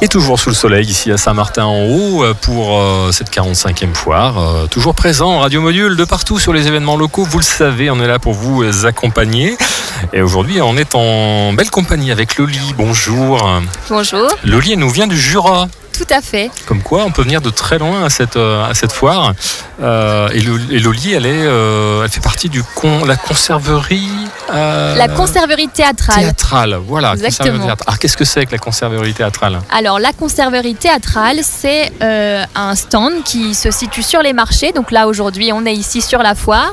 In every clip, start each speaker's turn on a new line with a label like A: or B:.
A: Et toujours sous le soleil ici à Saint-Martin-en-Haut pour euh, cette 45e foire. Euh, toujours présent, Radio Module, de partout sur les événements locaux. Vous le savez, on est là pour vous euh, accompagner. Et aujourd'hui, on est en belle compagnie avec Loli. Bonjour.
B: Bonjour,
A: Loli, elle nous vient du Jura.
B: tout à fait.
A: Comme quoi, on peut venir de très loin à cette, euh, à cette foire. Euh, et, Lo- et Loli, elle, est, euh, elle fait partie de la conserverie. euh,
B: La conserverie théâtrale.
A: Théâtrale, voilà.
B: Exactement.
A: conserverie théâtrale. Alors, qu'est-ce que c'est que la conserverie théâtrale
B: Alors la conserverie théâtrale, c'est euh, un stand qui se situe sur les marchés. Donc là aujourd'hui, on est ici sur la foire.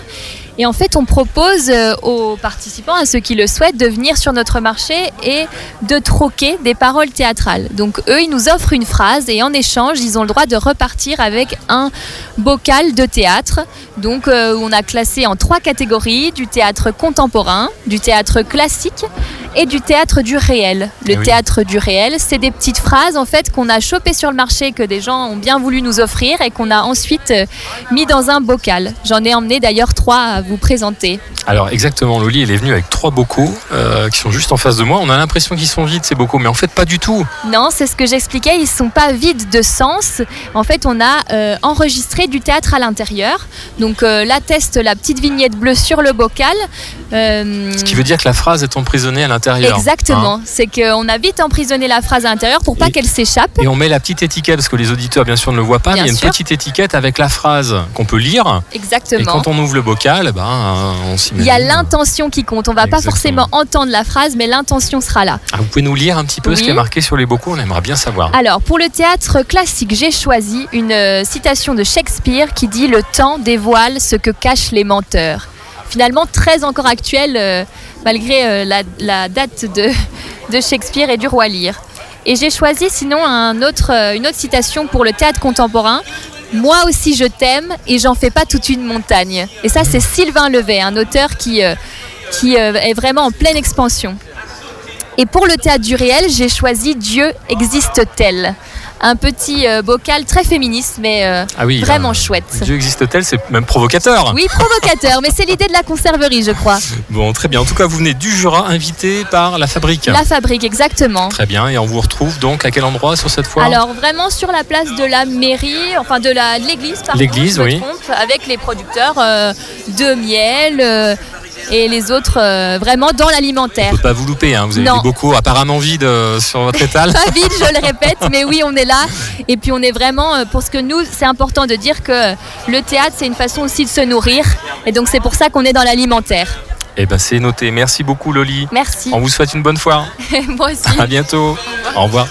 B: Et en fait, on propose euh, aux participants, à ceux qui le souhaitent, de venir sur notre marché et de troquer des paroles théâtrales. Donc eux, ils nous offrent une phrase et en échange, ils ont le droit de repartir avec un bocal de théâtre. Donc euh, on a classé en trois catégories, du théâtre contemporain, du théâtre classique et du théâtre du réel. Le
A: Eh oui.
B: théâtre du réel, c'est des petites phrases en fait qu'on a chopées sur le marché que des gens ont bien voulu nous offrir et qu'on a ensuite euh, mis dans un bocal. J'en ai emmené d'ailleurs trois à vous présenter.
A: Alors exactement, Loli, elle est venue avec trois bocaux euh, qui sont juste en face de moi. On a l'impression qu'ils sont vides ces bocaux, mais en fait pas du tout.
B: Non, c'est ce que j'expliquais, ils ne sont pas vides de sens. En fait, on a euh, enregistré du théâtre à l'intérieur. Donc euh, là, teste la petite vignette bleue sur le bocal. Euh,
A: Ce qui veut dire que la phrase est emprisonnée à l'intérieur.
B: Exactement,
A: hein.
B: c'est qu'on a vite emprisonné la phrase à l'intérieur pour pas
A: Et-
B: qu'elle s'échappe.
A: Hein. Et on met la petite étiquette, parce que les auditeurs bien sûr ne le voient pas,
B: Bien
A: mais il y a une
B: sûr.
A: petite étiquette avec la phrase qu'on peut lire. Et
B: Exactement.
A: quand on ouvre le bocal, ben, euh, on
B: Il
A: s'imagine.
B: y a l'intention qui compte. On va pas
A: Exactement.
B: forcément entendre la phrase, mais l'intention sera là.
A: Ah, vous pouvez nous lire un petit peu ce
B: Oui. Ah,
A: qui est marqué sur les bocaux, on aimerait bien savoir.
B: Alors, pour le théâtre classique, j'ai choisi une euh, citation de Shakespeare qui dit Le temps dévoile ce que cachent les menteurs. Finalement, très encore actuel, euh, malgré euh, la, la date de, de Shakespeare et du roi Lear. Et j'ai choisi sinon un autre, euh, une autre citation pour le théâtre contemporain. Moi aussi je t'aime et j'en fais pas toute une montagne. Et ça c'est Sylvain Levet, un auteur qui, euh, qui euh, est vraiment en pleine expansion. Et pour le théâtre du réel, j'ai choisi Dieu existe-t-elle Un petit euh, bocal très féministe, mais euh,
A: Ah oui,
B: vraiment
A: euh,
B: chouette.
A: Dieu existe-t-elle C'est même provocateur.
B: Oui, provocateur, mais c'est l'idée de la conserverie, je crois.
A: Bon, très bien. En tout cas, vous venez du Jura, invité par la Fabrique.
B: La fabrique, exactement.
A: Très bien. Et on vous retrouve donc à quel endroit sur cette foire
B: Alors vraiment sur la place de la mairie, enfin de la de l'église, pardon,
A: L'église,
B: je me
A: oui.
B: trompe, avec les producteurs euh, de miel euh, et les autres euh, vraiment dans l'alimentaire.
A: On peut pas vous louper, hein. vous avez
B: Non.
A: des bocaux apparemment vides euh, sur votre étal.
B: Pas vite, je le répète, mais oui, on est là. Et puis on est vraiment, euh, pour ce que nous, c'est important de dire que le théâtre, c'est une façon aussi de se nourrir. Et donc c'est pour ça qu'on est dans l'alimentaire.
A: Eh ben c'est noté. Merci beaucoup Loli.
B: Merci.
A: On vous souhaite une bonne foire.
B: Moi aussi.
A: À bientôt. Au revoir.